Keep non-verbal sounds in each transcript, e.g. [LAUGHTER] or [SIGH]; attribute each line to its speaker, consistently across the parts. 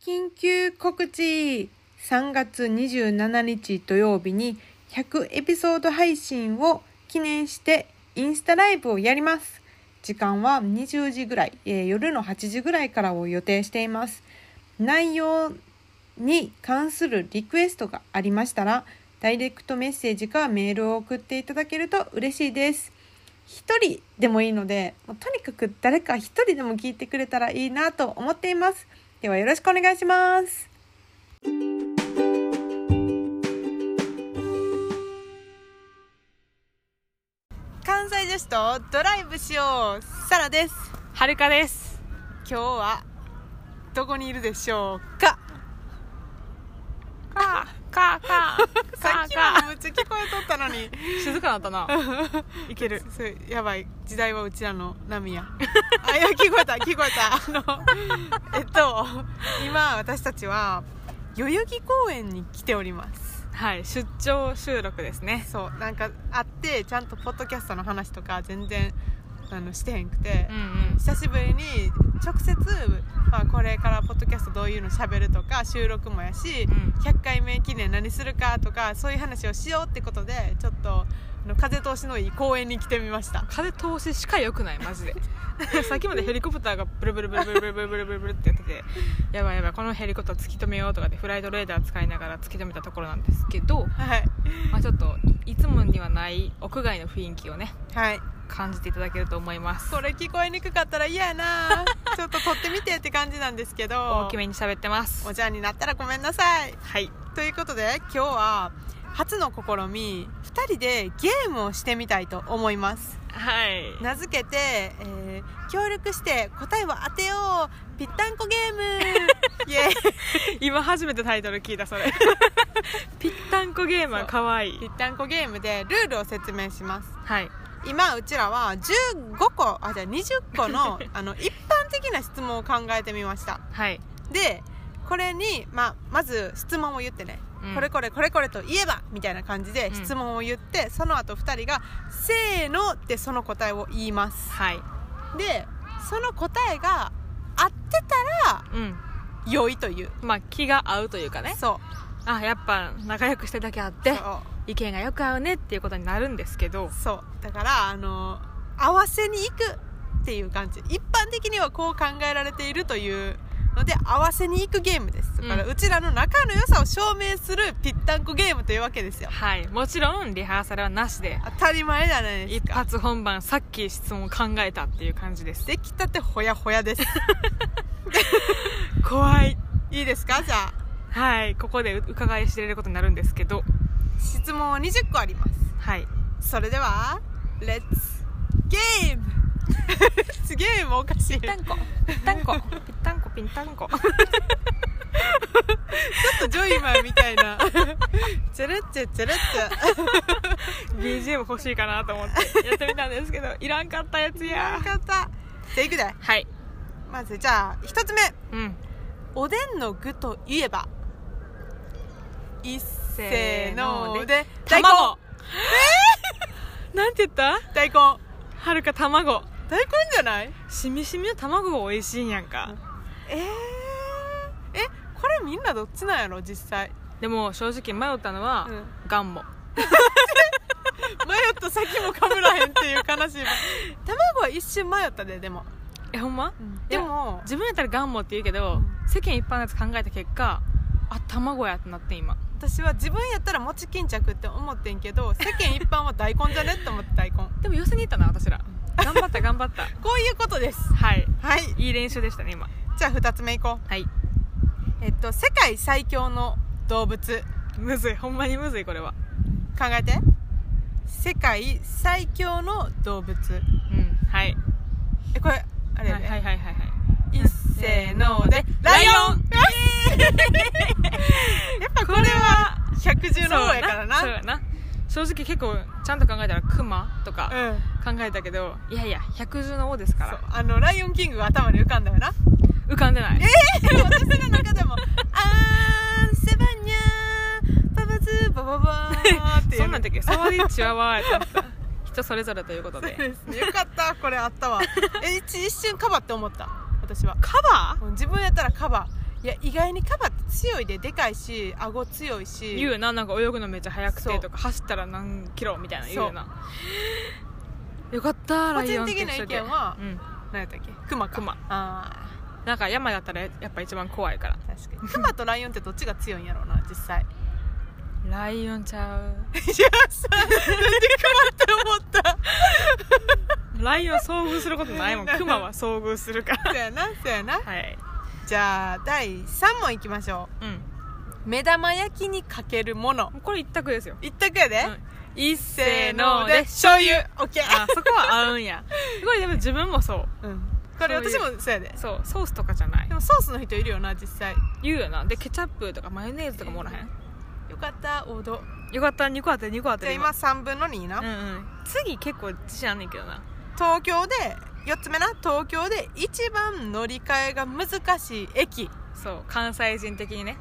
Speaker 1: 緊急告知3月27日土曜日に100エピソード配信を記念してインスタライブをやります時間は20時ぐらい、えー夜の8時ぐらいからを予定しています内容に関するリクエストがありましたらダイレクトメッセージかメールを送っていただけると嬉しいです一人でもいいのでもうとにかく誰か一人でも聞いてくれたらいいなと思っていますではよろしくお願いします関西女子とドライブしようサラです
Speaker 2: はるかです
Speaker 1: 今日はどこにいるでしょうか
Speaker 2: か
Speaker 1: [LAUGHS]
Speaker 2: かか
Speaker 1: さ
Speaker 2: か
Speaker 1: っきま
Speaker 2: か
Speaker 1: でむっちゃ聞こえとったのに
Speaker 2: 静かなったな
Speaker 1: いけるそれやばい時代はうちらの波や [LAUGHS] あいや聞こえた聞こえたあのえっと今私たちは代々木公園に来ております
Speaker 2: はい出張収録ですね
Speaker 1: そうなんかあってちゃんとポッドキャストの話とか全然あのしてへんくて、
Speaker 2: うんうん
Speaker 1: 久しぶりに直接、まあ、これからポッドキャストどういうの喋るとか収録もやし、
Speaker 2: うん
Speaker 1: 100回目記念何するかとかそういう話をしようってことでちょっとあの風通しのいい公園に来てみました
Speaker 2: 風通ししか良くないマジで [LAUGHS] さっきまでヘリコプターがブルブルブルブルブルブルブルブルブルってやっててやばいやばいこのヘリコプター突き止めようとかでフライトレーダー使いながら突き止めたところなんですけど、
Speaker 1: はい
Speaker 2: まあ、ちょっといいつもにはない屋外の雰囲気をね
Speaker 1: はい
Speaker 2: 感じていただけると思います
Speaker 1: これ聞こえにくかったら嫌や
Speaker 2: [LAUGHS]
Speaker 1: なちょっと撮ってみてって感じなんですけど
Speaker 2: 大きめに喋ってます
Speaker 1: おじゃんになったらごめんなさい
Speaker 2: はい
Speaker 1: ということで今日は初の試み2人でゲームをしてみたいと思います
Speaker 2: はい
Speaker 1: 名付けて、えー協力して答えを当てようぴったんこゲーム
Speaker 2: [LAUGHS]
Speaker 1: イエーイ
Speaker 2: 今初めてタイトル聞いた
Speaker 1: [LAUGHS]
Speaker 2: それぴったんこゲームは可愛い
Speaker 1: ぴったんこゲームでルールを説明します
Speaker 2: はい
Speaker 1: 今うちらは15個あじゃあ20個
Speaker 2: [LAUGHS]
Speaker 1: のあの一般的な質問を考えてみました
Speaker 2: はい
Speaker 1: でこれに、まあ、まず質問を言ってね、
Speaker 2: うん
Speaker 1: これこれこれこれと言えばみたいな感じで
Speaker 2: うん
Speaker 1: 質問を言って、その後2人が「せーの」ってその答えを言います
Speaker 2: はい
Speaker 1: でその答えが合ってたら
Speaker 2: うん
Speaker 1: 良いという
Speaker 2: まあ気が合うというかね
Speaker 1: そう
Speaker 2: あやっぱ仲良くしてるだけあって
Speaker 1: そう
Speaker 2: 意見がよく合うねっていうことになるんですけど
Speaker 1: そうだからあの合わせに行くっていう感じ一般的にはこう考えられているというので合わせに行くゲームですだから
Speaker 2: うん
Speaker 1: うちらの仲の良さを証明するぴったんこゲームというわけですよ
Speaker 2: はいもちろんリハーサルはなしで
Speaker 1: 当たり前じゃないです
Speaker 2: 一
Speaker 1: か
Speaker 2: 発本番さっき質問を考えたっていう感じです
Speaker 1: できたてほやほやです
Speaker 2: 怖い
Speaker 1: いいですかじゃあ
Speaker 2: はいここで伺い知れることになるんですけど
Speaker 1: 質問は20個あります
Speaker 2: はい
Speaker 1: それではレッツ [LAUGHS] ゲームゲームおかしい
Speaker 2: ぴったんこぴったんこぴったんこぴった [LAUGHS] んこ
Speaker 1: ちょっとジョイマンみたいなチェルッチェチェルッチェ
Speaker 2: BGM 欲しいかなと思ってやってみたんですけどいらんかったやつや
Speaker 1: よかったじゃあいくで
Speaker 2: はい
Speaker 1: まずじゃあ一つ目
Speaker 2: うん
Speaker 1: おでんの具といえばいっせーので大根
Speaker 2: 卵えー、 [LAUGHS] なんて言った
Speaker 1: 大根
Speaker 2: はるか卵
Speaker 1: 大根じゃない
Speaker 2: しみしみの卵が美味しいんやんか
Speaker 1: えー、えこれみんなどっちなんやろ実際
Speaker 2: でも正直迷ったのは、
Speaker 1: うん
Speaker 2: ガンモ
Speaker 1: 迷った先もかぶらへんっていう悲しい卵は一瞬迷ったででも、
Speaker 2: えほんま、
Speaker 1: でも
Speaker 2: 自分やったらガンモって言うけど、
Speaker 1: うん
Speaker 2: 世間一般のやつ考えた結果あ卵やってなって今
Speaker 1: 私は自分やったら餅巾着って思ってんけど世間一般は大根じゃねって思って大根こ
Speaker 2: でも寄せに行ったな私ら頑張った頑張った
Speaker 1: [LAUGHS] ういうことです
Speaker 2: はい
Speaker 1: はい
Speaker 2: いい練習でしたね今
Speaker 1: じゃあ2つ目いこう
Speaker 2: はい
Speaker 1: えっと世界最強の動物
Speaker 2: むずいほんまにむずいこれは
Speaker 1: 考えて世界最強の動物
Speaker 2: うんはい
Speaker 1: えこれあ
Speaker 2: はい
Speaker 1: れ、
Speaker 2: はいはいはいはい
Speaker 1: いせーのでライオン [LAUGHS] やっぱこれは百獣の王やからな
Speaker 2: そうやな正直結構ちゃんと考えたらクマとか
Speaker 1: うん
Speaker 2: 考えたけど、いやいや百獣の王ですか
Speaker 1: そう
Speaker 2: ら
Speaker 1: あのライオンキングが頭に浮かんだよな
Speaker 2: 浮かんでない
Speaker 1: 私の中
Speaker 2: [LAUGHS]
Speaker 1: でも「あーセバニャーババズバババー」っていう
Speaker 2: そんなんだっけサワディチワワやった人それぞれというこ
Speaker 1: [LAUGHS]
Speaker 2: と
Speaker 1: そう
Speaker 2: で
Speaker 1: ですねよかった
Speaker 2: [LAUGHS]
Speaker 1: これあったわえ一一瞬カバって思った私は
Speaker 2: カバ
Speaker 1: うん自分やったらカバ
Speaker 3: う
Speaker 1: いや意外にカバって強いででかいし顎強いし
Speaker 2: 言うななんか泳ぐのめっちゃ速くてとか走ったら何キロみたいな言うなよかったライオンって
Speaker 1: 個人的な意見は
Speaker 2: うん、
Speaker 1: 何やったっけクマか
Speaker 2: クマ
Speaker 1: あ
Speaker 2: なんか山だったらやっぱ一番怖いから
Speaker 1: あ確か
Speaker 2: [LAUGHS]
Speaker 1: にクマとライオンってどっちが強いんやろうな実際
Speaker 2: ライオンちゃう
Speaker 1: いやさなんでクマって思った
Speaker 2: [LAUGHS] ライオン遭遇することない
Speaker 1: [LAUGHS]
Speaker 2: もんクマは遭遇するから
Speaker 1: そうやなそうやな
Speaker 2: はい
Speaker 1: じゃあ第3問いきましょ
Speaker 2: うん
Speaker 1: う目玉焼きにかけるもの
Speaker 2: もうこれ一択ですよ
Speaker 1: 一択やで、
Speaker 2: うん
Speaker 1: 一せーの
Speaker 2: せーので
Speaker 1: で醤油オッケ
Speaker 2: あ
Speaker 1: ー
Speaker 2: そこは合うんやすごいでも自分もそう
Speaker 1: うんこれ私
Speaker 2: そう
Speaker 1: もそうやで
Speaker 2: そうソースとかじゃない
Speaker 1: でもソースの人いるよな実際
Speaker 2: 言うよなでケチャップとかマヨネーズとかもおらへん
Speaker 1: よかった王道
Speaker 2: よかった2個当て2個当
Speaker 1: じゃあ
Speaker 2: て
Speaker 1: 今3分の2な、
Speaker 2: うんうん次結構自信あんねんけどな
Speaker 1: 東京で4つ目な東京で一番乗り換えが難しい駅
Speaker 2: そう関西人的にね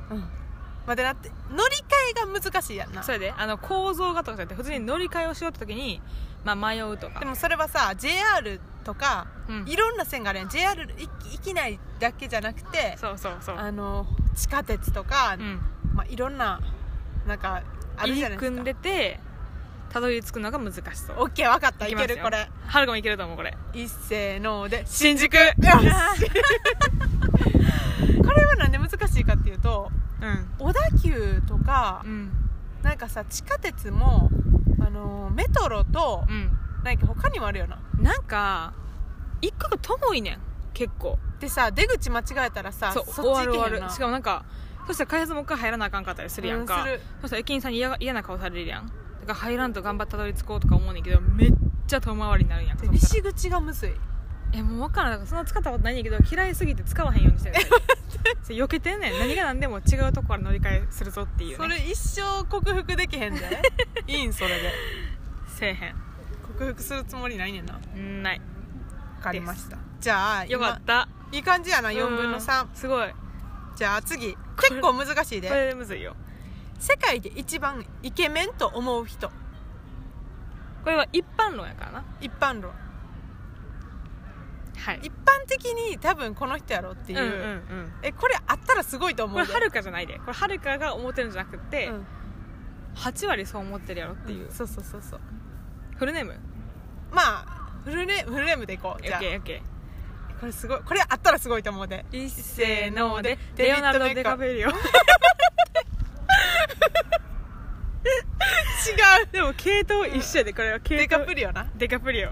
Speaker 1: までなって乗り換えが難しいやんな
Speaker 2: それであの構造がとかじゃなくて普通に乗り換えをしようって時に、まあ、迷うとか
Speaker 1: でもそれはさ JR とか
Speaker 2: うん
Speaker 1: いろんな線があるやん JR 行き行きないだけじゃなくて
Speaker 2: そうそうそう
Speaker 1: あの地下鉄とか、
Speaker 2: うん
Speaker 1: まあ、いろんななんかあるじゃないで
Speaker 2: 入
Speaker 1: す
Speaker 2: り組ん
Speaker 1: か
Speaker 2: でてたどり着くのが難しそう
Speaker 1: オッケー分かったい
Speaker 2: きます
Speaker 1: け
Speaker 2: よ
Speaker 1: るこれ
Speaker 2: はるかもいけると思うこれ
Speaker 1: 一せーので
Speaker 2: 新宿
Speaker 1: よし [LAUGHS] これはなんで難しいかっていうと
Speaker 2: うん
Speaker 1: 小田急とか、
Speaker 2: うん
Speaker 1: なんかさ地下鉄もあのーメトロと
Speaker 2: う
Speaker 1: なんか他にもあるよなん
Speaker 2: なんか一個が遠いねん結構
Speaker 1: でさ出口間違えたらさ
Speaker 2: そう
Speaker 1: そ
Speaker 2: 終
Speaker 1: っ
Speaker 2: わ
Speaker 1: ち
Speaker 2: る
Speaker 1: 行けへんな
Speaker 2: 終わるしかもなんかそしたら開発もう一回入らなあかんかったりするやんか、
Speaker 1: うんする
Speaker 2: そしたら駅員さんに嫌が嫌な顔されるやんだから入らんと頑張ってたどり着こうとか思うねんけどめっちゃ遠回りになるんやんか
Speaker 1: で
Speaker 2: そしたら
Speaker 1: 西口がむずい
Speaker 2: えもう分からんだからそんな使ったことないんやけど嫌いすぎて使わへんようにし
Speaker 1: [LAUGHS]
Speaker 2: てるそれ避けてんねん何が何でも違うとこから乗り換えするぞっていう、ね、
Speaker 1: それ一生克服できへんで
Speaker 2: [LAUGHS]
Speaker 1: いいんそれで
Speaker 2: せえへ
Speaker 1: 克服するつもりないねんなん
Speaker 2: んない
Speaker 1: 分かりましたじゃあ
Speaker 2: よかった
Speaker 1: 今いい感じやな4分の3
Speaker 2: うんすごい
Speaker 1: じゃあ次結構難しいで
Speaker 2: これでむずいよ
Speaker 1: 世界で一番イケメンと思う人
Speaker 2: これは一般論やからな
Speaker 1: 一般論
Speaker 2: はい
Speaker 1: 一般的に多分この人やろっていう、
Speaker 2: うんうんうん
Speaker 1: えこれあったらすごいと思
Speaker 2: こ
Speaker 1: う
Speaker 2: れ
Speaker 1: で
Speaker 2: はるかじゃないでこれはるかが思ってるんじゃなくて、
Speaker 1: うん
Speaker 2: 8割そう思ってるやろっていう、
Speaker 1: そうそうそうそう
Speaker 2: フルネーム
Speaker 1: まあフルネフルネームでいこうじゃあ
Speaker 2: OKOK
Speaker 1: これすごいこれあったらすごいと思うで
Speaker 2: 一
Speaker 1: せので
Speaker 2: レオナルド・
Speaker 1: デビッドベッカム
Speaker 2: デカフェリオ
Speaker 1: 違う
Speaker 2: [LAUGHS] でも系統一緒やでこれは系統
Speaker 1: デカプリオな
Speaker 2: デカプリオ
Speaker 1: あ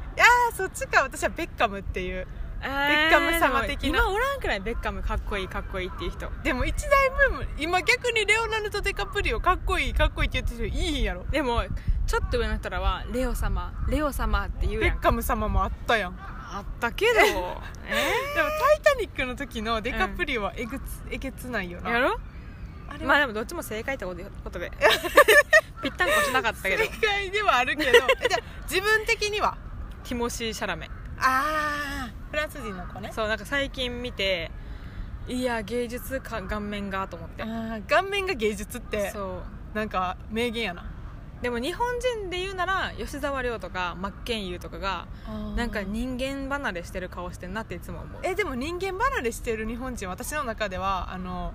Speaker 1: ーそっちか私はベッカムっていう
Speaker 2: ベ
Speaker 1: ッカム様的な
Speaker 2: 今おらんくらいベッカムかっこいいかっこいいっていう人
Speaker 1: でも一大ブーム今逆にレオナルド・デカプリオかっこいいかっこいいって言ってる人いいんやろ
Speaker 2: でもちょっと上の人らはレオ様レオ様って言う
Speaker 1: ベ
Speaker 2: やん
Speaker 1: ッカム様もあったやんでも
Speaker 2: あったけど
Speaker 1: 「
Speaker 2: [LAUGHS]
Speaker 1: タイタニック」の時のデカプリオはえぐつ、えげつないよな
Speaker 2: やろ
Speaker 1: あれ
Speaker 2: ま
Speaker 1: は
Speaker 2: あでもどっちも正解ってことでこと [LAUGHS] でぴったんこしなかったけど
Speaker 1: 正解ではあるけど [LAUGHS] えじゃあ自分的には
Speaker 2: ティモシー・シャラメ
Speaker 1: ああフランス人の子ね
Speaker 2: そうなんか最近見ていや芸術か顔面がと思っ
Speaker 1: あ
Speaker 2: て
Speaker 1: ー顔面が芸術って
Speaker 2: そう
Speaker 1: なんか名言やな
Speaker 2: でも日本人で言うなら吉沢亮とか真剣佑とかがなんか人間離れしてる顔してんなっていつも思う
Speaker 1: えでも人間離れしてる日本人私の中ではあの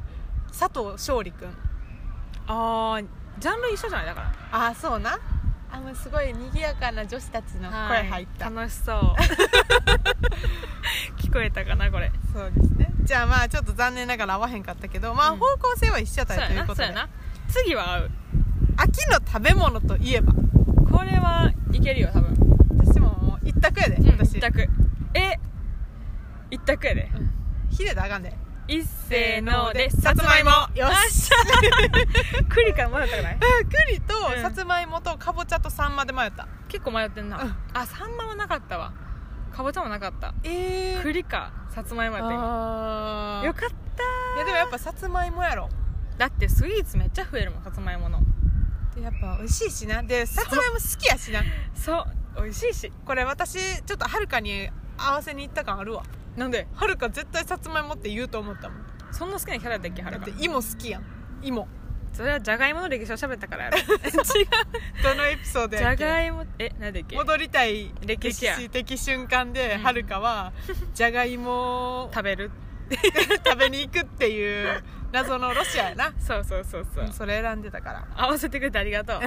Speaker 1: 佐藤勝利君
Speaker 2: あージャンル一緒じゃないだから
Speaker 1: ああそうなあもうすごい賑やかな女子たちの
Speaker 2: は
Speaker 1: 声
Speaker 2: い
Speaker 1: 入った、
Speaker 2: 楽しそう [LAUGHS] 聞こえたかなこれ
Speaker 1: そうですねじゃあまあちょっと残念ながら合わへんかったけどまあ
Speaker 2: うん
Speaker 1: 方向性は一緒
Speaker 2: そ
Speaker 1: だ
Speaker 2: う
Speaker 1: とい
Speaker 2: や
Speaker 1: うこと
Speaker 2: なそう
Speaker 1: で、
Speaker 2: やな次は合う
Speaker 1: 秋の食べ物といえば
Speaker 2: これはいけるよ多分
Speaker 1: 私ももう一択やで、
Speaker 2: うん
Speaker 1: 私
Speaker 2: 一択え一択やで
Speaker 1: ひでたらあかんで
Speaker 2: いっせーので
Speaker 1: さつまいもよし [LAUGHS]
Speaker 2: クリからもらったくない
Speaker 1: 栗と
Speaker 2: うん
Speaker 1: さつまいもとかぼちゃとサンマで迷った
Speaker 2: 結構迷ってんな、
Speaker 1: うん
Speaker 2: あサンマはなかったわかぼちゃもなかった
Speaker 1: ええ
Speaker 2: 栗かさつまいもやった今
Speaker 1: あー
Speaker 2: よかった
Speaker 1: いやでもやっぱさつまいもやろ
Speaker 2: だってスイーツめっちゃ増えるもんさつまいもの
Speaker 1: でやっぱ美味しいしなでさつまいも好きやしな
Speaker 2: そう美味しいし
Speaker 1: これ私ちょっとはるかに合わせに行った感あるわ
Speaker 2: なんで
Speaker 1: はるか絶対さつまいもって言うと思ったもん
Speaker 2: そんな好きなキャラだっけは
Speaker 1: だ
Speaker 2: る
Speaker 1: っ
Speaker 2: か
Speaker 1: て芋好きやん芋
Speaker 2: それはじゃがいもの歴史を喋ったから [LAUGHS] やろ
Speaker 1: どのエピソード
Speaker 2: じ
Speaker 1: や
Speaker 2: ゃ
Speaker 1: っけ
Speaker 2: がいもえなんだっけ
Speaker 1: 戻りたい
Speaker 2: 歴
Speaker 1: 歴
Speaker 2: 史や
Speaker 1: 史的瞬間で
Speaker 2: うん [LAUGHS]
Speaker 1: はるかはじゃがいもを
Speaker 2: 食べる
Speaker 1: 食べに行くっていう謎のロシアやな
Speaker 2: そうそうそうそう
Speaker 1: それ選んでたから
Speaker 2: 合わせてくれてありがと [LAUGHS] う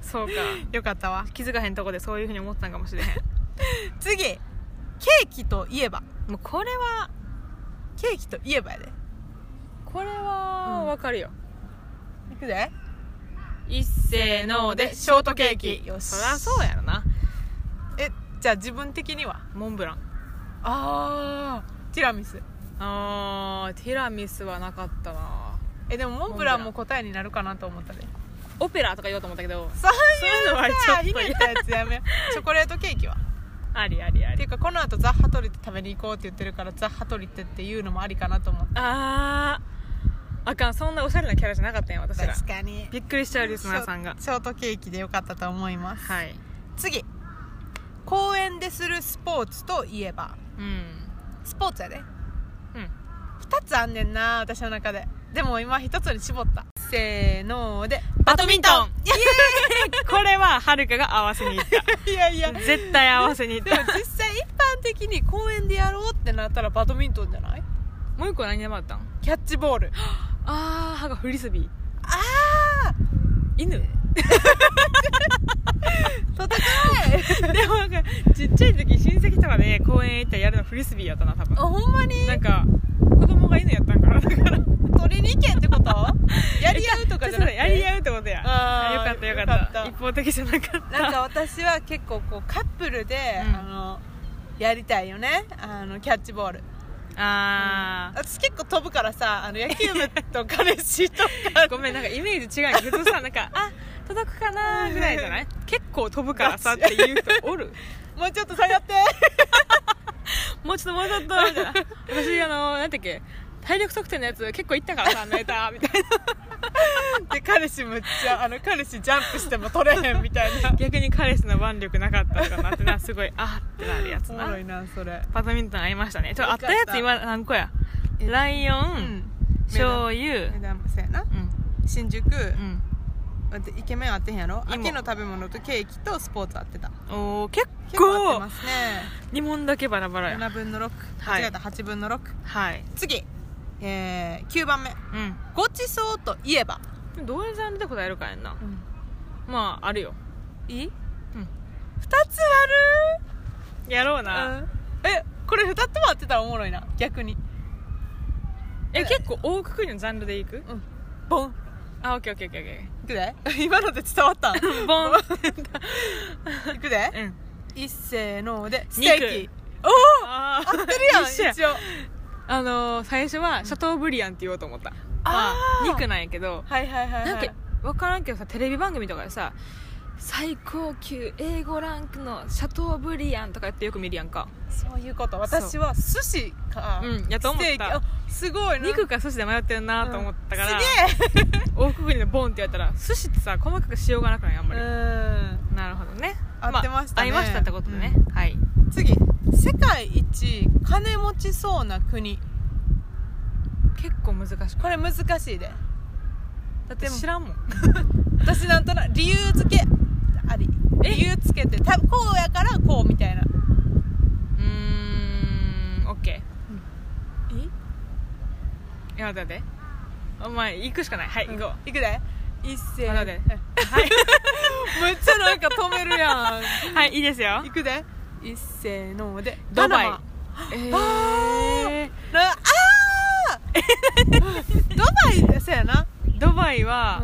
Speaker 2: そうか
Speaker 1: よかったわ
Speaker 2: 気づかへんとこでそういうふうに思ってたんかもしれへ [LAUGHS] ん
Speaker 1: 次ケーキといえば
Speaker 2: もうこれは
Speaker 1: ケーキといえばやで
Speaker 2: これは
Speaker 1: うん
Speaker 2: わかるよ、
Speaker 1: いくで
Speaker 2: 一せーのでショートケーキ
Speaker 1: よし
Speaker 2: そりゃそうやろな
Speaker 1: えじゃあ自分的には
Speaker 2: モンブラン
Speaker 1: あーティラミス
Speaker 2: あーティラミスはなかったな
Speaker 1: えでもモンブランも答えになるかなと思ったで
Speaker 2: オペラとか言おうと思ったけど
Speaker 1: そう
Speaker 2: そういうのはちょ
Speaker 1: さ
Speaker 2: っ
Speaker 1: あひ
Speaker 2: と
Speaker 1: ね
Speaker 2: 嫌
Speaker 1: ったやつやめようチョコレートケーキは
Speaker 2: ありありあ
Speaker 1: ってい
Speaker 2: り
Speaker 1: うかこの後ザッハトリッテ食べに行こうって言ってるからザッハトリッテっていうのもありかなと思っ
Speaker 2: あーあかんそんなおしゃれなキャラじゃなかったんや私
Speaker 1: た
Speaker 2: ら
Speaker 1: かに
Speaker 2: びっくりしちゃうリスナーさんが
Speaker 1: ショートケーキでよかったと思います
Speaker 2: はい
Speaker 1: 次公園でするスポーツといえば
Speaker 2: うん
Speaker 1: スポーツやで
Speaker 2: うん
Speaker 1: 2つあんねんな私の中ででも今1つに絞ったせーので
Speaker 2: [LAUGHS] バドミントン
Speaker 1: いや
Speaker 2: [LAUGHS] これははるかが合わせに行った
Speaker 1: いやいやでも
Speaker 2: 絶対合わせに行っ
Speaker 1: 実
Speaker 2: た
Speaker 1: 際一般的に公園でやろうってなったらバドミントンじゃない
Speaker 2: [LAUGHS] もう一個何でもあったん
Speaker 1: キャッチボール
Speaker 2: あー歯がフリスビー
Speaker 1: ああ
Speaker 2: 犬
Speaker 1: 戦え
Speaker 2: でもなんかちっちゃい時親戚とかで公園行ったらやるのフリスビーやったな多分
Speaker 1: あほんまに [LAUGHS]
Speaker 2: なんか子供が犬やったんかなだから
Speaker 1: 取りに行けんって
Speaker 2: [LAUGHS]
Speaker 1: ことやり合うとかじゃなくて
Speaker 2: やり合うってことや
Speaker 1: あー
Speaker 2: よかったよかった
Speaker 1: よかった
Speaker 2: 一方的じゃなかった
Speaker 1: なんか私は結構こうカップルで、
Speaker 2: うん
Speaker 1: あのやりたいよねあのキャッチボール
Speaker 2: あー
Speaker 1: 私結構飛ぶからさあの野球部と彼氏
Speaker 2: [LAUGHS]
Speaker 1: とか
Speaker 2: ごめんなんかイメージ違うけど普通さなん [LAUGHS] かあ届くかなぐらいじゃない結構飛ぶからさっていう人おる
Speaker 1: もうちょっと下がって
Speaker 2: もうちょっともうちょっとみたいな私あのなんてっけ体力測定のやつ結構いったからさメータ [LAUGHS] ーみたいな
Speaker 1: で彼氏むっちゃあの彼氏ジャンプしても取れへんみた
Speaker 2: [LAUGHS]
Speaker 1: いな
Speaker 2: 逆に彼氏の腕力なかったのかなってなすごいあーってなるやつ
Speaker 1: お
Speaker 2: [LAUGHS]
Speaker 1: も
Speaker 2: な
Speaker 1: ろいなそれ
Speaker 2: バドミントン合いましたねちょ
Speaker 1: よ
Speaker 2: あ
Speaker 1: か
Speaker 2: っ
Speaker 1: った
Speaker 2: たやつ今何個やライオン、醤油
Speaker 1: 値段もそうやな
Speaker 2: うん
Speaker 1: 新宿、
Speaker 2: うん
Speaker 1: 待ってイケメン合ってへんやろ
Speaker 2: 芋
Speaker 1: 秋の食べ物とケーキとスポーツ合ってた
Speaker 2: おー結
Speaker 1: 結構合って
Speaker 2: 構
Speaker 1: ますね
Speaker 2: 2問だけバラバラや
Speaker 1: 7分の6、
Speaker 2: はい
Speaker 1: 間違えた8分の6
Speaker 2: はい
Speaker 1: 次、えー、9番目
Speaker 2: う
Speaker 1: ごちそうといえば、
Speaker 2: んどういうジャンルで答えるかやんなまああるよ
Speaker 1: いい、
Speaker 2: う
Speaker 1: うんん、2つあ
Speaker 2: やろう
Speaker 1: る
Speaker 2: な、
Speaker 1: えこれ2つも合ってたらおもろいな逆に
Speaker 2: え結構大くくりのジャンルでいく
Speaker 1: ボン
Speaker 2: あオッケーオッケーオッケーオッケ
Speaker 1: いくで [LAUGHS] 今ので伝わ [LAUGHS] ったん
Speaker 2: ーボン
Speaker 1: [LAUGHS] いくで
Speaker 2: うん
Speaker 1: 一せーのでス
Speaker 2: 肉
Speaker 1: テーキおお
Speaker 2: あ
Speaker 1: 合ってるやん
Speaker 2: 一緒や
Speaker 1: 一応
Speaker 2: あのー最初はシャトーブリアンって言おうと思った、まあ
Speaker 1: あー
Speaker 2: 肉なんやけど
Speaker 1: はいはいはい、はい、
Speaker 2: なんか分からんけどさテレビ番組とかでさ最高級 A5 ランクのシャトーブリアンとかやってよく見るやんか
Speaker 1: そういうこと私は寿司か
Speaker 2: うんやと思った
Speaker 1: ステーキあすごいな
Speaker 2: 肉か寿司で迷ってるなと思ったか
Speaker 1: す
Speaker 2: ら、
Speaker 1: [LAUGHS]
Speaker 2: 大くくりのボンってやったら寿司ってさ細かくしようがなくないあんま
Speaker 1: げ
Speaker 2: り、
Speaker 1: えうん
Speaker 2: なるほどね
Speaker 1: 合ってましたね
Speaker 2: あ合いましたってことでね、はい
Speaker 1: 次世界一金持ちそうな国
Speaker 2: 結構難しく
Speaker 1: これ難しいで
Speaker 2: だって
Speaker 1: でも
Speaker 2: 知らんもん
Speaker 1: 私なんとなく理由付けあり
Speaker 2: え
Speaker 1: 理由つけてたこうやからこうみたいな
Speaker 2: うーんオッケ
Speaker 1: え
Speaker 2: ーいや待って待ってお前行くしかないはい行こ
Speaker 1: いくで一斉
Speaker 2: あな
Speaker 1: の
Speaker 2: んで
Speaker 1: めっ [LAUGHS] ちゃなんか止めるや
Speaker 2: うはいいいですよ
Speaker 1: んいくで一斉ので
Speaker 2: ドバイ
Speaker 1: パナマ
Speaker 2: え
Speaker 1: なあ [LAUGHS] ードバイってそうやな、
Speaker 2: ードバイは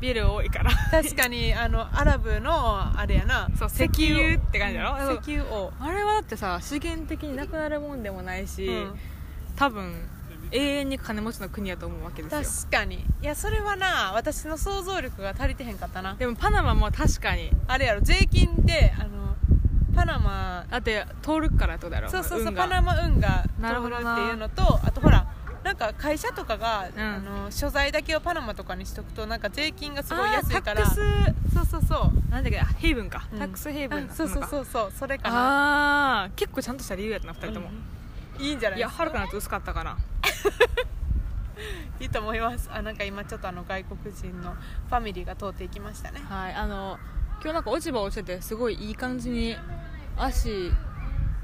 Speaker 2: ビル多いから
Speaker 1: 確かにあのアラブのあれやな
Speaker 2: そう石油って感じだろ
Speaker 1: うん石油王
Speaker 2: あれはだってさ資源的になくなるもんでもないし、
Speaker 1: うん
Speaker 2: 多分永遠に金持ちの国やと思うわけですよ
Speaker 1: 確かにいやそれはな私の想像力が足りてへんかったな
Speaker 2: でもパナマも確かに
Speaker 1: あれやろ税金であのパナマ
Speaker 2: だって通るからってことだろ
Speaker 1: そうそうそう
Speaker 2: 運が
Speaker 1: パナマ運が
Speaker 2: なるほ
Speaker 1: 通る
Speaker 2: ど
Speaker 1: って
Speaker 2: な
Speaker 1: いうのとあとほらなんか会社とかが、
Speaker 2: ん
Speaker 1: あの所在だけをパナマとかにしとくとなんか税金がすごい安いから
Speaker 2: あータック
Speaker 1: そうそうそう
Speaker 2: スなんだっけヘイブンか、
Speaker 1: うん
Speaker 2: タックスヘイブン
Speaker 1: あそうそう
Speaker 2: う
Speaker 1: そうそうそれかな
Speaker 2: ああー結構ちゃんとした理由やったな2人とも、
Speaker 1: うんいいんじゃないで
Speaker 2: いや
Speaker 1: すか
Speaker 2: はるかなと薄かったから
Speaker 1: いいと思いますあなんか今ちょっとあの外国人のファミリーが通っていきましたね
Speaker 2: はいあの今日なんか落ち葉落ちててすごいいい感じに足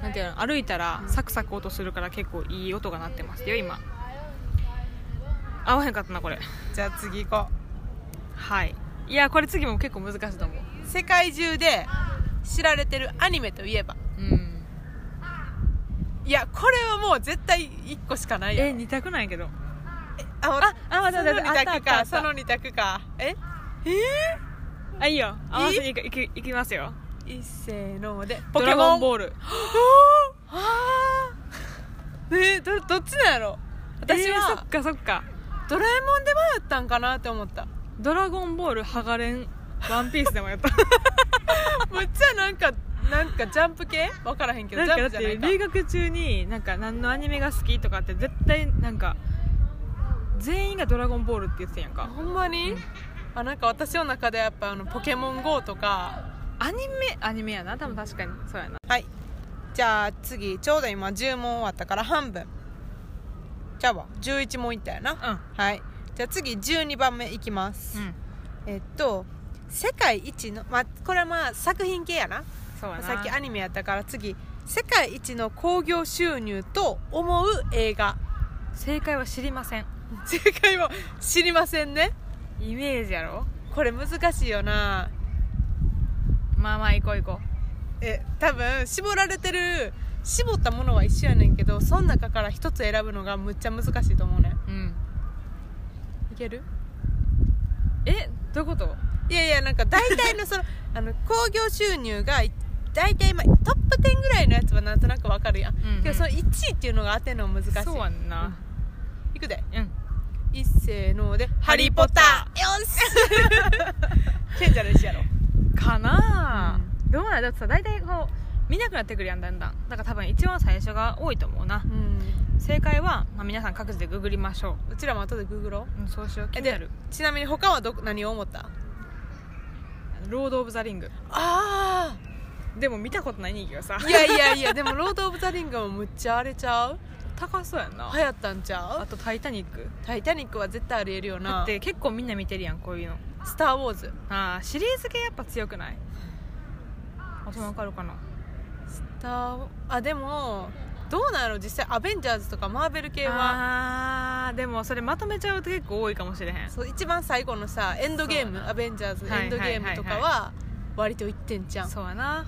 Speaker 2: なんていうの歩いたらサクサク音するから結構いい音が鳴ってますよ今合わへんかったなこれ
Speaker 1: じゃあ次行こ
Speaker 2: はいいやこれ次も結構難しいと思う
Speaker 1: う世界中で知られてるアニメといえば
Speaker 2: うん
Speaker 1: いやこれはもう絶対1個しかないよ
Speaker 2: え似たくないけど
Speaker 1: あ
Speaker 2: ああ待っ
Speaker 1: そ
Speaker 2: て
Speaker 1: の
Speaker 2: 待
Speaker 1: 2
Speaker 2: ってあったあ
Speaker 1: 択
Speaker 2: った
Speaker 1: か
Speaker 2: あった
Speaker 1: その2択かえ
Speaker 2: あいいよ合わせにいくいくいきますよ
Speaker 1: いっせーので
Speaker 2: ドラゴンボ
Speaker 1: ール
Speaker 2: ール
Speaker 1: あーねどどっちなんやろ私
Speaker 2: えーそ
Speaker 1: は
Speaker 2: っ、かそっか
Speaker 1: ドラえもんで迷ったんかなって思った
Speaker 2: ドラゴンボールハガレンワンピースでもやった
Speaker 1: むっちゃなんかなんかジャンプ系わからへんけど
Speaker 2: [LAUGHS] なん
Speaker 1: ジャ
Speaker 2: かだ
Speaker 1: ンプ
Speaker 2: っ
Speaker 1: じゃな
Speaker 2: て
Speaker 1: いか
Speaker 2: 留学中になんか何のアニメが好きとかって絶対なんか全員が「ドラゴンボール」って言ってたやんか
Speaker 1: ほんまに、あなんか私の中でやっぱあのポケモン GO とか
Speaker 2: アニメアニメやな多分確かにそうやな
Speaker 1: はいじゃあ次ちょうど今10問終わったから半分じゃあ11問いったやな
Speaker 2: うん
Speaker 1: はいじゃあ次12番目いきます、
Speaker 2: うん
Speaker 1: えっと世界一のまあこれはまあ作品系やな
Speaker 2: そうやな
Speaker 1: さっきアニメやったから次世界一の興行収入と思う映画 [LAUGHS]
Speaker 2: 正解は知りません
Speaker 1: 正解は知りませんね
Speaker 2: イメージやろ
Speaker 1: これ難しいよな
Speaker 2: まあまあ行こう行こ
Speaker 1: え多分絞られてる絞ったものは一緒やねんけどその中から一つ選ぶのがむっちゃ難しいと思うね
Speaker 2: ううん
Speaker 1: いける
Speaker 2: えどういうこと
Speaker 1: いやいやなんか大体のそ [LAUGHS] のあの興行収入が大体まあトップ10ぐらいのやつはなんとなくわかるやん、
Speaker 2: うんうん
Speaker 1: けどその1位っていうのが当てるのは難しい
Speaker 2: そうやんな、
Speaker 1: いくで
Speaker 2: うん
Speaker 1: 一せーので「
Speaker 2: ハリーポッタ
Speaker 1: ー」よし
Speaker 2: [LAUGHS]
Speaker 1: 賢者の石やろ
Speaker 2: かなあ、
Speaker 1: う
Speaker 2: どうなんだってさ大体こう見なくなってくるやんだんだんだから多分一番最初が多いと思うな
Speaker 1: うん
Speaker 2: 正解は、まあ、皆さん各自でググりましょ
Speaker 1: うちらも後でググろ
Speaker 2: う、うん、そうしよう
Speaker 1: う
Speaker 2: 気
Speaker 1: え
Speaker 2: にな
Speaker 1: で
Speaker 2: る
Speaker 1: ちなみに他はどこ何を思った
Speaker 2: ロード・オブ・ザ・リング
Speaker 1: あ
Speaker 2: でも見たことない人気がさ
Speaker 1: あいやいやいやでも「ロード・オブ・ザ・リング」もむっちゃ荒れちゃう
Speaker 2: 高そうやんな
Speaker 1: 流行ったんちゃ
Speaker 2: あ
Speaker 1: う
Speaker 2: と「タイタニック
Speaker 1: 「タイタニック」は絶対ありえるよ」
Speaker 2: だ
Speaker 1: な
Speaker 2: って結構みんな見てるやんこういうの
Speaker 1: 「スター・ウォーズ」
Speaker 2: ああシリーズ系やっぱ強くないあとわかるかな
Speaker 1: スター・あでもどうなの実際「アベンジャーズ」とかマーベル系は
Speaker 2: あーでもそれまとめちゃうと結構多いかもしれへん
Speaker 1: そう一番最後のさエンドゲー
Speaker 2: そう
Speaker 1: ム「
Speaker 2: やな
Speaker 1: アベンジャーズ」
Speaker 2: はい
Speaker 1: エンドゲームとかは割といってんじゃん
Speaker 2: そうやな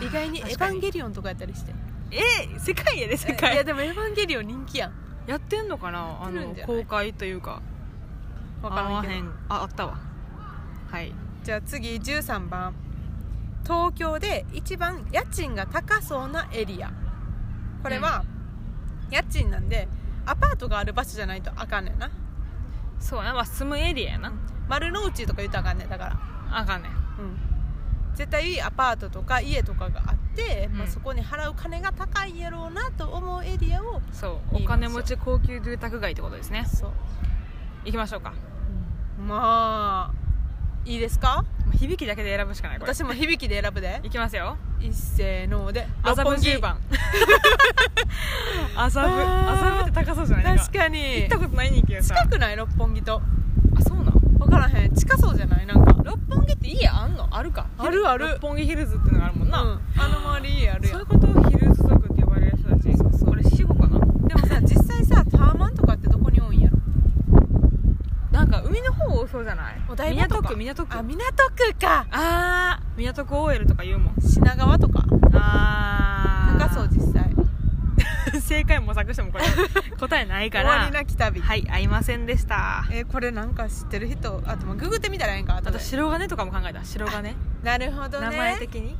Speaker 1: 意外に「エヴァンゲリオン」とかやったりして
Speaker 2: リえ世界やで世
Speaker 1: い
Speaker 2: 界
Speaker 1: やでも「エヴァンゲリオン」人気やん
Speaker 2: やってんのかなあ
Speaker 1: やってる
Speaker 2: の
Speaker 1: んじゃない
Speaker 2: 公開というか
Speaker 1: 分からんけ
Speaker 2: あ
Speaker 1: ど
Speaker 2: へんああったわはい
Speaker 1: じゃあ次13番東京で一番家賃が高そうなエリアこれは家賃なんでアパートがある場所じゃないとあかんねんな
Speaker 2: そうやな、まあ、住むエリアやな
Speaker 1: 丸の内とか言うとあかんねんだから
Speaker 2: あかんねん
Speaker 1: うん絶対アパートとか家とかがあって、ま
Speaker 2: う
Speaker 1: あ、
Speaker 2: ん
Speaker 1: そこに払う金が高いやろうなと思うエリアを
Speaker 2: そうお
Speaker 1: いい
Speaker 2: 金
Speaker 1: 場所
Speaker 2: 持ち高級住宅街ってことですね
Speaker 1: そう、
Speaker 2: 行きましょうかも
Speaker 1: まあいいですか
Speaker 2: う響きだけで選ぶしかないこれ
Speaker 1: 私も響きで選ぶで
Speaker 2: 行きますよ
Speaker 1: 一せーので
Speaker 2: 麻布
Speaker 1: 六本木
Speaker 2: 10番 [LAUGHS]
Speaker 1: あー
Speaker 2: 麻布麻布って高そうじゃない
Speaker 1: 確かに
Speaker 2: 行ったことない人気がさ
Speaker 1: 近くない六本木と
Speaker 2: あそうなの
Speaker 1: 分からへん近そうじゃないなんか
Speaker 2: 六本木って家あんのあるか
Speaker 1: あるある
Speaker 2: 六本木ヒルズってのがあるもんな、
Speaker 1: うん、あの周り家あるや
Speaker 2: そうんいうことヒルズ族って呼ばれる人たちこれ死後かな
Speaker 1: でもさ実際さタワマンとかってどこに多いんやろ
Speaker 2: なんか海の方多そうじゃない
Speaker 1: お台場と
Speaker 2: 港
Speaker 1: か
Speaker 2: 区港区
Speaker 1: あ港区か
Speaker 2: あー港区 OL とか言うもん
Speaker 1: 品川とか
Speaker 2: あ
Speaker 1: 高そう実際
Speaker 2: う正解模索してもこれ答えないか
Speaker 1: 終わ
Speaker 2: ら
Speaker 1: りなき旅、
Speaker 2: はい合いませんでした
Speaker 1: えーこれなんか知ってる人あとまあググってみたらええんか
Speaker 2: あ
Speaker 1: 後
Speaker 2: と
Speaker 1: で
Speaker 2: 白金とかも考えた白金、
Speaker 1: なるほどね
Speaker 2: 名前的に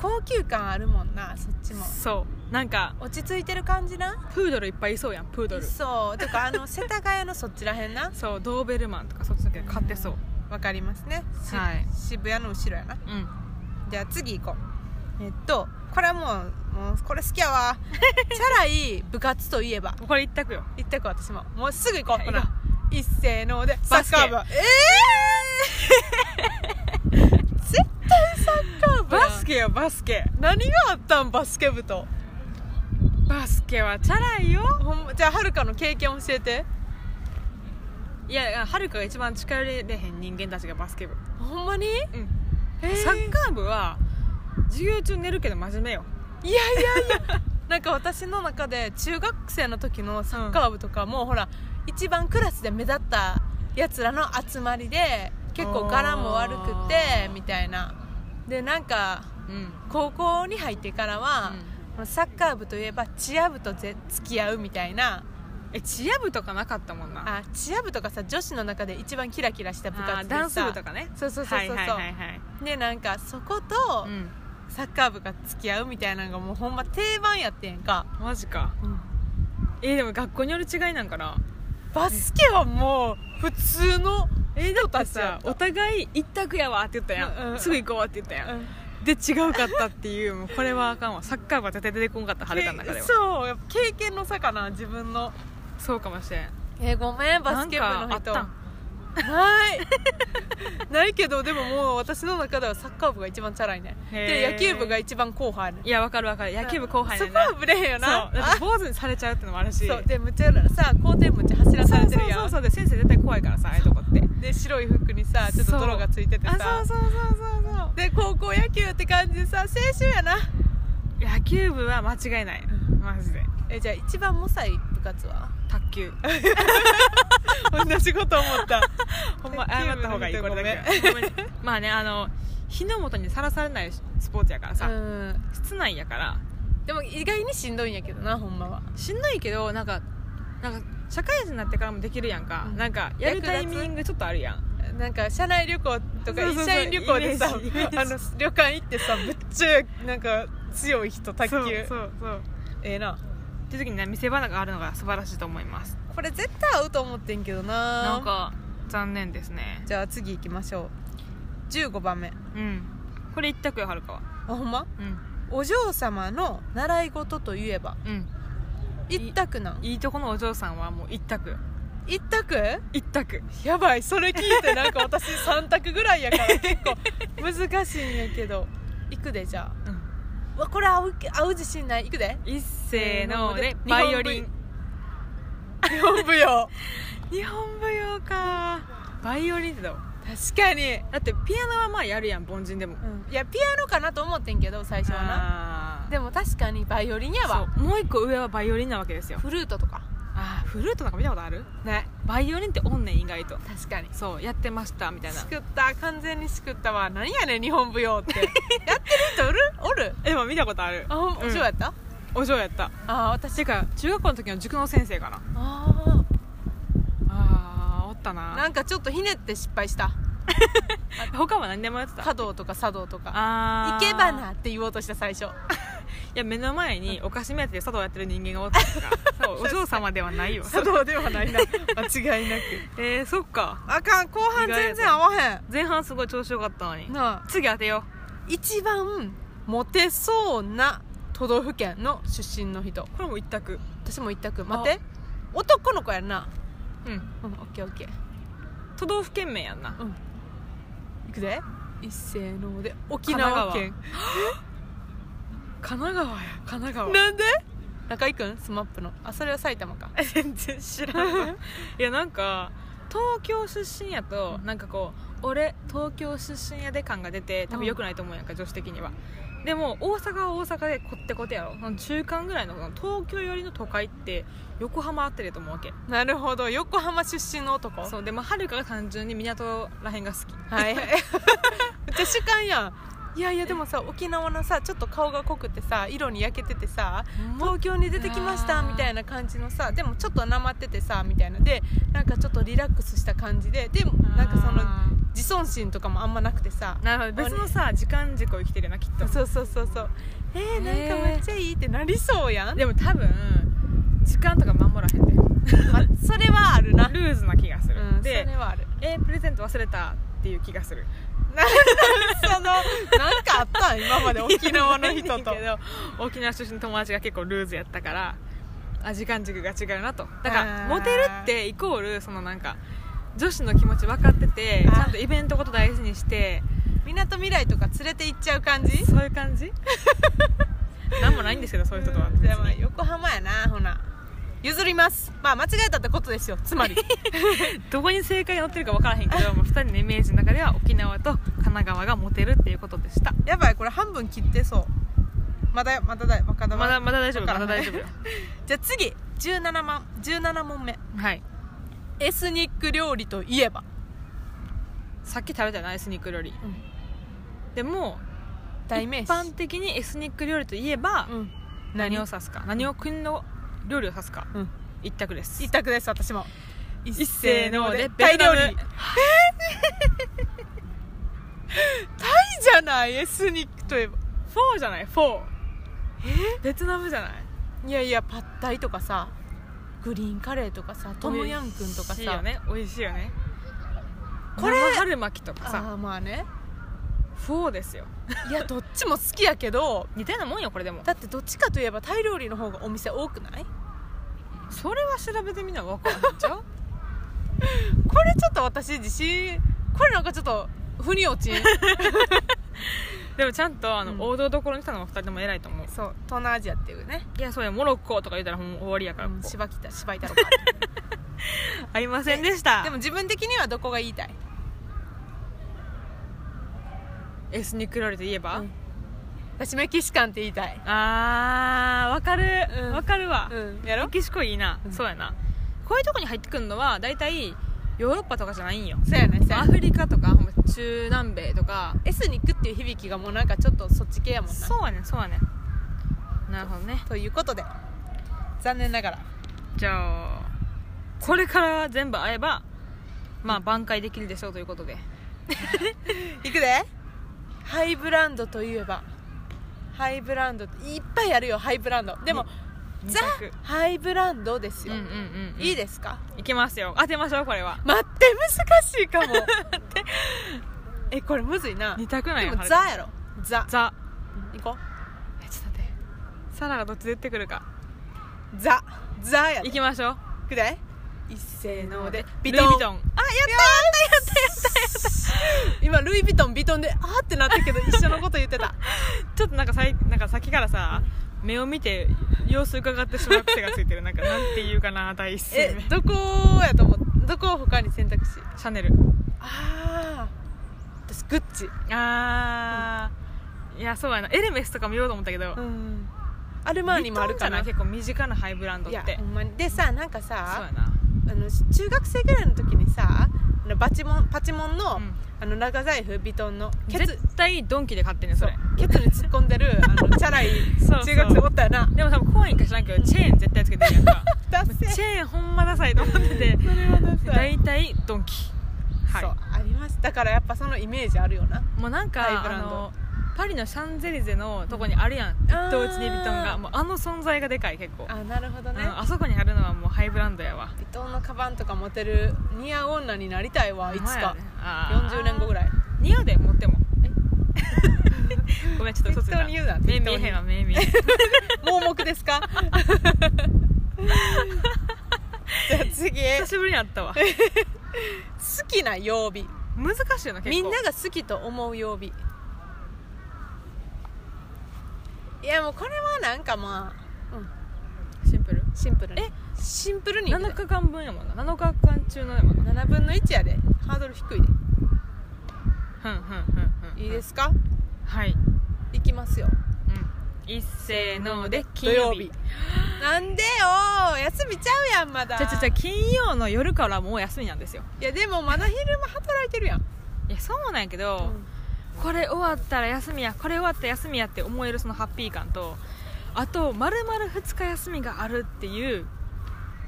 Speaker 1: 高級感あるもんなそっちも
Speaker 2: そうなんか
Speaker 1: 落ち着いてる感じな
Speaker 2: プードルいっぱいいそうやんプードル
Speaker 1: そうとかあの世田谷のそっちらへんな
Speaker 2: そうドーベルマンとかそっちのけど買ってそう
Speaker 1: わかりますね、し
Speaker 2: はい
Speaker 1: 渋谷の後ろやな
Speaker 2: うん
Speaker 1: じゃあ次行こうえっとこれはもうもうこれ好きや
Speaker 2: [LAUGHS]
Speaker 1: わチャラい部活といえば
Speaker 2: もうこれ一択よ
Speaker 1: 一択私ももうすぐ行こう
Speaker 2: はい
Speaker 1: ほな
Speaker 2: 行こ
Speaker 1: 一斉のでサ
Speaker 2: バス
Speaker 1: ッ
Speaker 2: ケ
Speaker 1: カー部え
Speaker 2: [LAUGHS]
Speaker 1: え絶対サッカー部やん
Speaker 2: バスケよバスケ
Speaker 1: 何があったんバスケ部と
Speaker 2: バスケはチャラいよ
Speaker 1: ほんまじゃあはるかの経験教えて
Speaker 2: いやはるかが一番近寄れへん人間たちがバスケ部
Speaker 1: ほんまに
Speaker 2: うん
Speaker 1: えー
Speaker 2: サッカー部は授業中寝るけど真面目よ
Speaker 1: いやいやいやなんか私の中で中学生の時のサッカー部とかも、ほら一番クラスで目立ったやつらの集まりで結構柄も悪くて
Speaker 2: あー
Speaker 1: みたいなでなんか
Speaker 2: うん
Speaker 1: 高校に入ってからは、サッカー部といえばチア部とぜ付き合うみたいな
Speaker 2: えチア部とかなかったもんな
Speaker 1: あチア部とかさ女子の中で一番キラキラした部活で
Speaker 2: あ
Speaker 1: さ
Speaker 2: ダンス部とかね
Speaker 1: そうそうそうそうそう、
Speaker 2: はいはいはいはい
Speaker 1: でなんかそこと
Speaker 2: うん
Speaker 1: サッカー部が付き合うみたいなのがもうほんま定番やってんか、
Speaker 2: マジかえでも学校による違いなんかな
Speaker 1: バスケはもう普通の
Speaker 2: えだって
Speaker 1: や
Speaker 2: さ
Speaker 1: った
Speaker 2: お互い一択やわって言ったやん、
Speaker 1: うんうん
Speaker 2: すぐ行こうって言ったやん、で違うかったっていうもうこれはあかんわサッカー部は絶対出てこんかった晴れた中では
Speaker 1: そうやっぱ経験の差かな自分の
Speaker 2: そうかもしれん
Speaker 1: えーごめんバスケ部
Speaker 2: なんか
Speaker 1: の
Speaker 2: あっ
Speaker 1: 人
Speaker 2: た
Speaker 1: なんい [LAUGHS] ないけどでももう私の中ではサッカー部が一番チャラいね
Speaker 2: へ
Speaker 1: で
Speaker 2: ー
Speaker 1: 野球部が一番後輩ね
Speaker 2: いやわかるわかる野球部後輩
Speaker 1: そ
Speaker 2: ね
Speaker 1: こ
Speaker 2: んな
Speaker 1: はブレへんよ
Speaker 2: そうだ
Speaker 1: な
Speaker 2: って坊主にされちゃうってのもあるし
Speaker 1: そうでむっちゃさ校庭むっちゃ走らされてるやん
Speaker 2: そうそうそうそうで先生絶対怖いからさああいうとこって
Speaker 1: で白い服にさちょっと泥がついててさ
Speaker 2: あそうそうそうそうそう
Speaker 1: で高校野球って感じでさ青春やな
Speaker 2: 野球部は間違いないマジで
Speaker 1: えじゃあ一番モサい部活は
Speaker 2: 卓 [LAUGHS] 球
Speaker 1: 同じこと思
Speaker 2: [LAUGHS]
Speaker 1: った
Speaker 2: ほんま謝った方がいいこれだけはごめん [LAUGHS] まあねあの火の元にさらされないスポーツやからさ、
Speaker 1: うん
Speaker 2: 室内やから
Speaker 1: でも意外にしんどいんやけどなほんまは
Speaker 2: しんどいけどなんかなんか社会人になってからもできるやんか、
Speaker 1: うん
Speaker 2: なんかやるタイミングちょっとあるやん
Speaker 1: なんか社内旅行と
Speaker 2: そ
Speaker 1: か
Speaker 2: うそうそう
Speaker 1: 社員旅行でさ
Speaker 2: イメージイメージ
Speaker 1: あの旅館行ってさむっちゃなんか強い人卓球
Speaker 2: そうそうそう
Speaker 1: ええな
Speaker 2: っていう時にね見せ花があるのが素晴らしいと思います
Speaker 1: これ絶対合うと思ってんけどな
Speaker 2: なんか残念ですね
Speaker 1: じゃあ次行きましょう15番目
Speaker 2: うんこれ一択よはるかは
Speaker 1: あほんま
Speaker 2: うん
Speaker 1: お嬢様の習い事といえば
Speaker 2: うん
Speaker 1: 一択なん
Speaker 2: いいとこのお嬢さんはもう一択よ
Speaker 1: 一択
Speaker 2: 一択
Speaker 1: やばいそれ聞いてなんか私3択ぐらいやから結構難しいんやけど行くでじゃあ、
Speaker 2: う
Speaker 1: うわこれ合う合う自信ない行くで
Speaker 2: 一せー
Speaker 1: せー
Speaker 2: の
Speaker 1: の
Speaker 2: で
Speaker 1: で
Speaker 2: バイオリン
Speaker 1: 日本舞踊
Speaker 2: 日本舞踊かバイオリンってどう
Speaker 1: [LAUGHS] 確かに、
Speaker 2: だってピアノはまあやるやん凡人でも
Speaker 1: いやピアノかなと思ってんけど最初はな
Speaker 2: あー
Speaker 1: でも確かにバイオリンやわ
Speaker 2: そうもう一個上はバイオリンなわけですよ
Speaker 1: フルートとか
Speaker 2: あーフルートなんか見たことある
Speaker 1: ね
Speaker 2: バイオリンっておんねん意外と
Speaker 1: 確かに
Speaker 2: そうやってましたみたいな
Speaker 1: しくった完全にしくったわ何やねん日本舞踊って [LAUGHS] やってる人おるおる
Speaker 2: えでも見たことある
Speaker 1: あほんま
Speaker 2: う
Speaker 1: お
Speaker 2: ん
Speaker 1: 嬢やった、
Speaker 2: お嬢やった
Speaker 1: ああ私
Speaker 2: てか中学校の時の塾の先生かな
Speaker 1: あ
Speaker 2: あーおった
Speaker 1: あ
Speaker 2: な
Speaker 1: なんかちょっとひねって失敗した
Speaker 2: 他は何でもやってた
Speaker 1: 華道とか茶道とか
Speaker 2: あ
Speaker 1: い
Speaker 2: ー
Speaker 1: けばなって言おうとした最初
Speaker 2: いや目の前にお菓子目当てで茶道やってる人間がおったから [LAUGHS] そうお嬢様ではないよ
Speaker 1: 道ではないな間違いなく
Speaker 2: えー、そっか
Speaker 1: あかん後半全然合わへ
Speaker 2: 前半すごい調子よかったのに
Speaker 1: んなあ
Speaker 2: 次当てよう
Speaker 1: 一番モテそうな都道府県の出身の人
Speaker 2: これも一択
Speaker 1: 私も一択待って男の子やんな
Speaker 2: うん
Speaker 1: うんオッケーオッケー
Speaker 2: 都道府県名やんな
Speaker 1: うんいくで一斉ので沖縄県
Speaker 2: 神奈川や神奈川
Speaker 1: なんで中居君スマップのあそれは埼玉か
Speaker 2: 全然知らんわ [LAUGHS] いやなんか東京出身やとなんかこう俺東京出身やで感が出て多分良くないと思うやんか、女子的にはでも大阪は大阪でこってこてやろその中間ぐらいのこの東京寄りの都会って横浜あってると思うわけ
Speaker 1: なるほど横浜出身の男
Speaker 2: そうでもはるかが単純に港らへんが好き
Speaker 1: はいめっちゃ主観やんいやいやでもさ沖縄のさちょっと顔が濃くてさ色に焼けててさ東京に出てきました
Speaker 2: あー
Speaker 1: みたいな感じのさでもちょっとなまっててさみたいなでなんかちょっとリラックスした感じででもなんかその
Speaker 2: あ
Speaker 1: 自尊心とかもあんまなくてさ
Speaker 2: ーなるほど別のさ時間軸を生きてるなきっと
Speaker 1: そうそうそうそうえー、
Speaker 2: ね
Speaker 1: なんかめっちゃいいってなりそうやん
Speaker 2: [LAUGHS] でも多分時間とか守らへんで
Speaker 1: まそれはあるな、
Speaker 2: ルーズな気がする、
Speaker 1: うん、そ
Speaker 2: で
Speaker 1: れはある
Speaker 2: えープレゼント忘れたっていう気がする
Speaker 1: そのなんかあったん今まで [LAUGHS] 沖縄の人 [LAUGHS]
Speaker 2: い
Speaker 1: と
Speaker 2: やないねんけど沖縄出身の [LAUGHS] 友達が結構ルーズやったからあ時間軸が違うなとだか
Speaker 1: あ
Speaker 2: ら
Speaker 1: ー
Speaker 2: モテるってイコールそのなんか女子の気持ち分かっててち
Speaker 1: あー
Speaker 2: ゃんとイベントごと大事にして
Speaker 1: みなとみらいとか連れて行っちゃう感じ
Speaker 2: そういう感 [LAUGHS] じなんもないんですけどそういう人とは
Speaker 1: うんじゃあまあ横浜やなほな譲りますまあ間違えたってことですよつま
Speaker 2: [LAUGHS]
Speaker 1: り
Speaker 2: どこに正解載ってるか分からへんけどもう2人のイメージの中では沖縄と神奈川がモテるっていうことでした
Speaker 1: やばいこれ半分切ってそうまだまだだまだ
Speaker 2: まだまだ大丈夫
Speaker 1: わから
Speaker 2: ま
Speaker 1: な
Speaker 2: だ
Speaker 1: い
Speaker 2: 大丈夫 [LAUGHS] よ
Speaker 1: じゃあ次17万17問目
Speaker 2: はい
Speaker 1: エスニック料理といえば
Speaker 2: さっき食べたよなエスニック料理、
Speaker 1: うん
Speaker 2: でも
Speaker 1: 代名詞
Speaker 2: 一般的にエスニック料理といえば、
Speaker 1: うん
Speaker 2: 何を指すか何を国の料理を指すか、
Speaker 1: うん
Speaker 2: 一択です
Speaker 1: 一択です私も一
Speaker 2: 一斉ので
Speaker 1: タイ料理
Speaker 2: ベトナム
Speaker 1: いいじゃないエスニックといえば
Speaker 2: フォーじゃないフォーえベトナムじゃない
Speaker 1: いやいやパッタイとかさグリーンカレーとかさトムヤンクンとか
Speaker 2: 美味しいよ
Speaker 1: さ、
Speaker 2: ね美味しいよね
Speaker 1: これ
Speaker 2: 生春巻きとか
Speaker 1: あ
Speaker 2: さ
Speaker 1: あまあ
Speaker 2: [LAUGHS]
Speaker 1: ね
Speaker 2: フォーですよ
Speaker 1: いやどっちも好きやけど
Speaker 2: 似たようなもんよこれでも
Speaker 1: だってどっちかといえばタイ料理の方がお店多くない
Speaker 2: それは調べてみな分からんじゃう
Speaker 1: これちょっと私自信これなんかちょっと腑に落ちん
Speaker 2: [LAUGHS] でもちゃんとあの、
Speaker 1: うん
Speaker 2: 王道どころに来たのは2人とも偉いと思う
Speaker 1: [LAUGHS] そう東南アジアっていうね、
Speaker 2: いやそうやモロッコとか言ったらほんま終わりやから、
Speaker 1: うん、
Speaker 2: ここ
Speaker 1: 芝北芝板と [LAUGHS] か
Speaker 2: ありませんでした
Speaker 1: でも自分的にはどこが言いたい
Speaker 2: エスニック料理といえば、
Speaker 1: うん私メキシカンって言いたい
Speaker 2: あーわかる
Speaker 1: うん
Speaker 2: わ、かるわ、
Speaker 1: うん
Speaker 2: やろメキシコいいな、
Speaker 1: うん
Speaker 2: そうやなこういうとこに入ってくるのは大体ヨーロッパとかじゃないんよ
Speaker 1: そうやねそうや
Speaker 2: ア
Speaker 1: ね
Speaker 2: フリカとかほんま中南米とか
Speaker 1: エスニックっていう響きがもうなんかちょっとそっち系やもんな
Speaker 2: そうやねそうやねなるほどね
Speaker 1: ということで残念ながら
Speaker 2: じゃあこれから全部会えばまあ挽回できるでしょうということで
Speaker 1: いくでハイブランドといえばハイブランドっていっぱいあるよハイブランドでも、
Speaker 2: 二
Speaker 1: ザ
Speaker 2: 択
Speaker 1: ハイブランドです
Speaker 2: うん
Speaker 1: よ、
Speaker 2: うんうん、うん、
Speaker 1: いいですか
Speaker 2: いきますよ当てましょうこれは
Speaker 1: 待って難しいかもえこれむずいな
Speaker 2: 二択なん
Speaker 1: で
Speaker 2: や
Speaker 1: も
Speaker 2: はる
Speaker 1: ザやろザ
Speaker 2: ザ
Speaker 1: 行こ
Speaker 2: えちょっと待ってサラがどっち出てくるか
Speaker 1: うザザやろ
Speaker 2: 行
Speaker 1: い
Speaker 2: きましょう
Speaker 1: くで一せーので
Speaker 2: ビ
Speaker 1: ビ
Speaker 2: ト
Speaker 1: ト
Speaker 2: ン
Speaker 1: ン
Speaker 2: ルイ・ヴィト
Speaker 1: あ
Speaker 2: ン
Speaker 1: やったやったやったやったやった今ルイ・ヴィトンビトンであーってなったけど一緒のこと言って
Speaker 2: [LAUGHS]
Speaker 1: た
Speaker 2: ちょっとなんかさいなんか先からさ目を見て様子伺ってしまう癖がつ
Speaker 1: [LAUGHS]
Speaker 2: いてるなんかなんて言うかな第一声
Speaker 1: え
Speaker 2: 目
Speaker 1: どこやと思うどこを他に選択肢
Speaker 2: シャネル
Speaker 1: ああ私グッチ
Speaker 2: あー、いやそうやなエルメスとかも言おうと思ったけど、
Speaker 1: うんアルマーニもあるかな
Speaker 2: ヴィトンじゃい結構身近なハイブランド
Speaker 1: い
Speaker 2: っ
Speaker 1: や
Speaker 2: て
Speaker 1: ほんまにでさなんか
Speaker 2: そうや
Speaker 1: さ
Speaker 2: な
Speaker 1: あの中学生ぐらいの時にさあのバチモンパチモンの,、
Speaker 2: うん
Speaker 1: あの長財布ヴィトンのケツ
Speaker 2: 絶対ドンキで買ってんねんそ
Speaker 1: そう
Speaker 2: れ
Speaker 1: ケツに突っ込んで
Speaker 2: [LAUGHS]
Speaker 1: るあのチャラい
Speaker 2: そうそう
Speaker 1: 中学生おったよな
Speaker 2: でも多分コインか知らんけどチェーン絶対つけてるやん
Speaker 1: [LAUGHS]
Speaker 2: か
Speaker 1: ダッ
Speaker 2: チ
Speaker 1: セ
Speaker 2: ェーンほんまダサいと思ってて
Speaker 1: それはダサい
Speaker 2: 大体ドンキはい
Speaker 1: そうありますだからやっぱそのイメージあるよな
Speaker 2: もうなんか、
Speaker 1: ハイブラ
Speaker 2: あ
Speaker 1: ンド
Speaker 2: のパリのシャンゼリゼのとこにあるやん、一等地にヴィトンがもうあの存在がでかい結構
Speaker 1: あなるほどね
Speaker 2: うんあそこにあるのはもうハイブランドやわ
Speaker 1: ヴィトンのカバンとか持てる似合う女になりたいわいつ
Speaker 2: ほんまや
Speaker 1: か
Speaker 2: ね、あー
Speaker 1: 40年後ぐらい
Speaker 2: 似合うで持っても [LAUGHS] ごめんちょっと嘘ついた
Speaker 1: 適当に言うな適
Speaker 2: 目
Speaker 1: 当
Speaker 2: 見
Speaker 1: に
Speaker 2: えへんわ目見えへん
Speaker 1: 盲目です
Speaker 2: [LAUGHS]
Speaker 1: かじゃあ次
Speaker 2: 久しぶりに会ったわ
Speaker 1: 好きな曜日
Speaker 2: 難しいよな結構
Speaker 1: みんなが好きと思う曜日いやもうこれはなんかまあ、うん、
Speaker 2: シンプル
Speaker 1: シンプルに
Speaker 2: え
Speaker 1: シンプルに
Speaker 2: 7日間分やもんな7日間中のやもんな
Speaker 1: 7分の1やでハードル低いで
Speaker 2: ふんふんふんふん
Speaker 1: いいですか
Speaker 2: はい、
Speaker 1: いきますよ
Speaker 2: うん、いっせーので金曜日
Speaker 1: なんでよ休みちゃうやんまだ
Speaker 2: じゃじゃじゃ金曜の夜からもう休みなんですよ
Speaker 1: いやでもまだ昼間働いてるやん、
Speaker 2: いやそうなんやけど、これ終わったら休みやこれ終わったら休みやって思えるそのハッピー感とあと丸々2日休みがあるっていう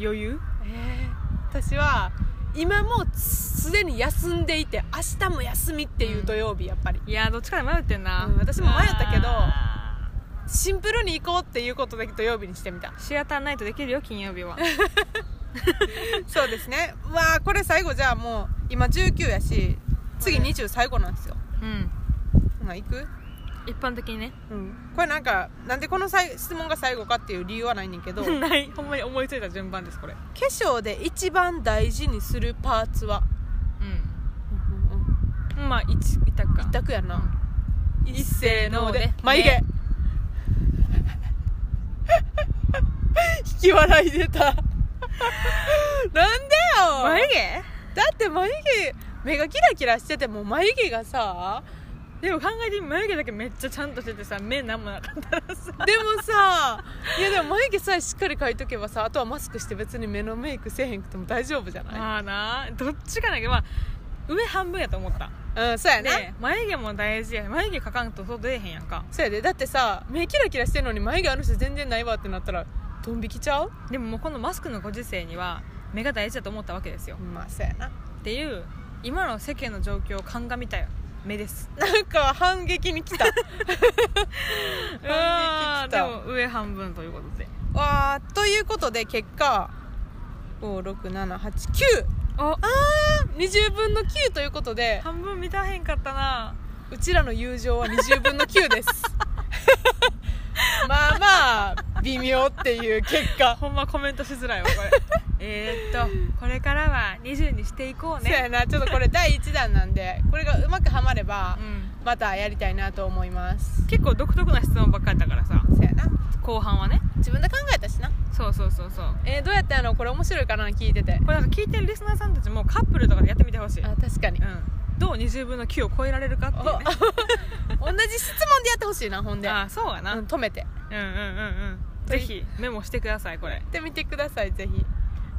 Speaker 2: 余裕
Speaker 1: えー私は今もうすでに休んでいて明日も休みっていう土曜日やっぱり、
Speaker 2: いやどっちかで迷ってんな、
Speaker 1: うん私も迷ったけど
Speaker 2: あ
Speaker 1: シンプルに行こうっていうことで土曜日にしてみた
Speaker 2: ーシアターナイトできるよ金曜日は [LAUGHS]
Speaker 1: そうですねわあこれ最後じゃあもう今19やし次
Speaker 2: はい
Speaker 1: 20最後なんですよ
Speaker 2: うん
Speaker 1: ほな行く
Speaker 2: 一般的にね
Speaker 1: うんこれなんかなんでこのさい質問が最後かっていう理由はないねんけど化
Speaker 2: [LAUGHS] ないほんまに思いついた順番ですこれ
Speaker 1: 粧で一番大事にするパーツは、
Speaker 2: う
Speaker 1: うんうんうん
Speaker 2: んまあ一一択か
Speaker 1: 一択やな、
Speaker 2: 一斉ので
Speaker 1: 眉毛、
Speaker 2: ね
Speaker 1: 引き笑い出たなんでよ
Speaker 2: 眉毛
Speaker 1: だって眉毛目がキラキラしてても眉毛がさ
Speaker 2: でも考えてみ眉毛だけめっちゃちゃんとしててさ目なんもなかったらさ
Speaker 1: でもさいやでも眉毛さえしっかり描いとけばさあとはマスクして別に目のメイクせえへんくても大丈夫じゃな
Speaker 2: まあなどっちかだけどまあ上半分やと思った
Speaker 1: いうんそうやね
Speaker 2: で眉毛も大事や眉毛描かんと外出えへんやんか
Speaker 1: そうやでだってさ目キラキラしてんのに眉毛ある人全然ないわってなったらドン引きちゃう
Speaker 2: でももうこのマスクのご時世には目が大事だと思ったわけですよ
Speaker 1: まあそうやな
Speaker 2: っていう今の世間の状況を鑑みたい目です
Speaker 1: なんか反撃に来た
Speaker 2: [LAUGHS]
Speaker 1: 反撃来
Speaker 2: あ [LAUGHS] で
Speaker 1: た
Speaker 2: も上半分ということで
Speaker 1: わーということで結果56789
Speaker 2: あ
Speaker 1: 20分の9ということで
Speaker 2: 半分見たへんかったな
Speaker 1: うちらの友情は20分の9です
Speaker 2: [LAUGHS]
Speaker 1: まあまあ微妙っていう結果
Speaker 2: ほんまコメントしづらいわこれ [LAUGHS] えーっとこれからは20にしていこう
Speaker 1: そうや
Speaker 2: ね
Speaker 1: なちょっとこれ第1弾なん [LAUGHS] でこれがうまくはまれば
Speaker 2: うん
Speaker 1: またやりたいなと思います
Speaker 2: 結構独特な質問ばっかりだからさ
Speaker 1: そうやな
Speaker 2: 後半はね
Speaker 1: 自分で考えたしな
Speaker 2: そうそうそうそう
Speaker 1: えーどうやってあのこれ面白いかな聞いてて
Speaker 2: これなんか聞いてるリスナーさんたちもカップルとかでやってみてほしい、うん
Speaker 1: あ、確かに
Speaker 2: どう20分の9を超えられるかっ
Speaker 1: [LAUGHS]
Speaker 2: ていうね
Speaker 1: 同じ質問でやってほしいなほんで、
Speaker 2: あそうやな、
Speaker 1: う、
Speaker 2: うんん、
Speaker 1: 止めて
Speaker 2: うんうんうんぜひメモしてくださいこれ
Speaker 1: 行ってみてくださいぜひ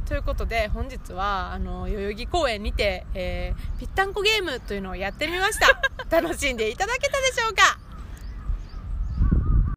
Speaker 1: ということで本日はあの代々木公 [LAUGHS] 園にて、えーぴったんこゲームというのをやってみました楽しんでいただけたでしょうか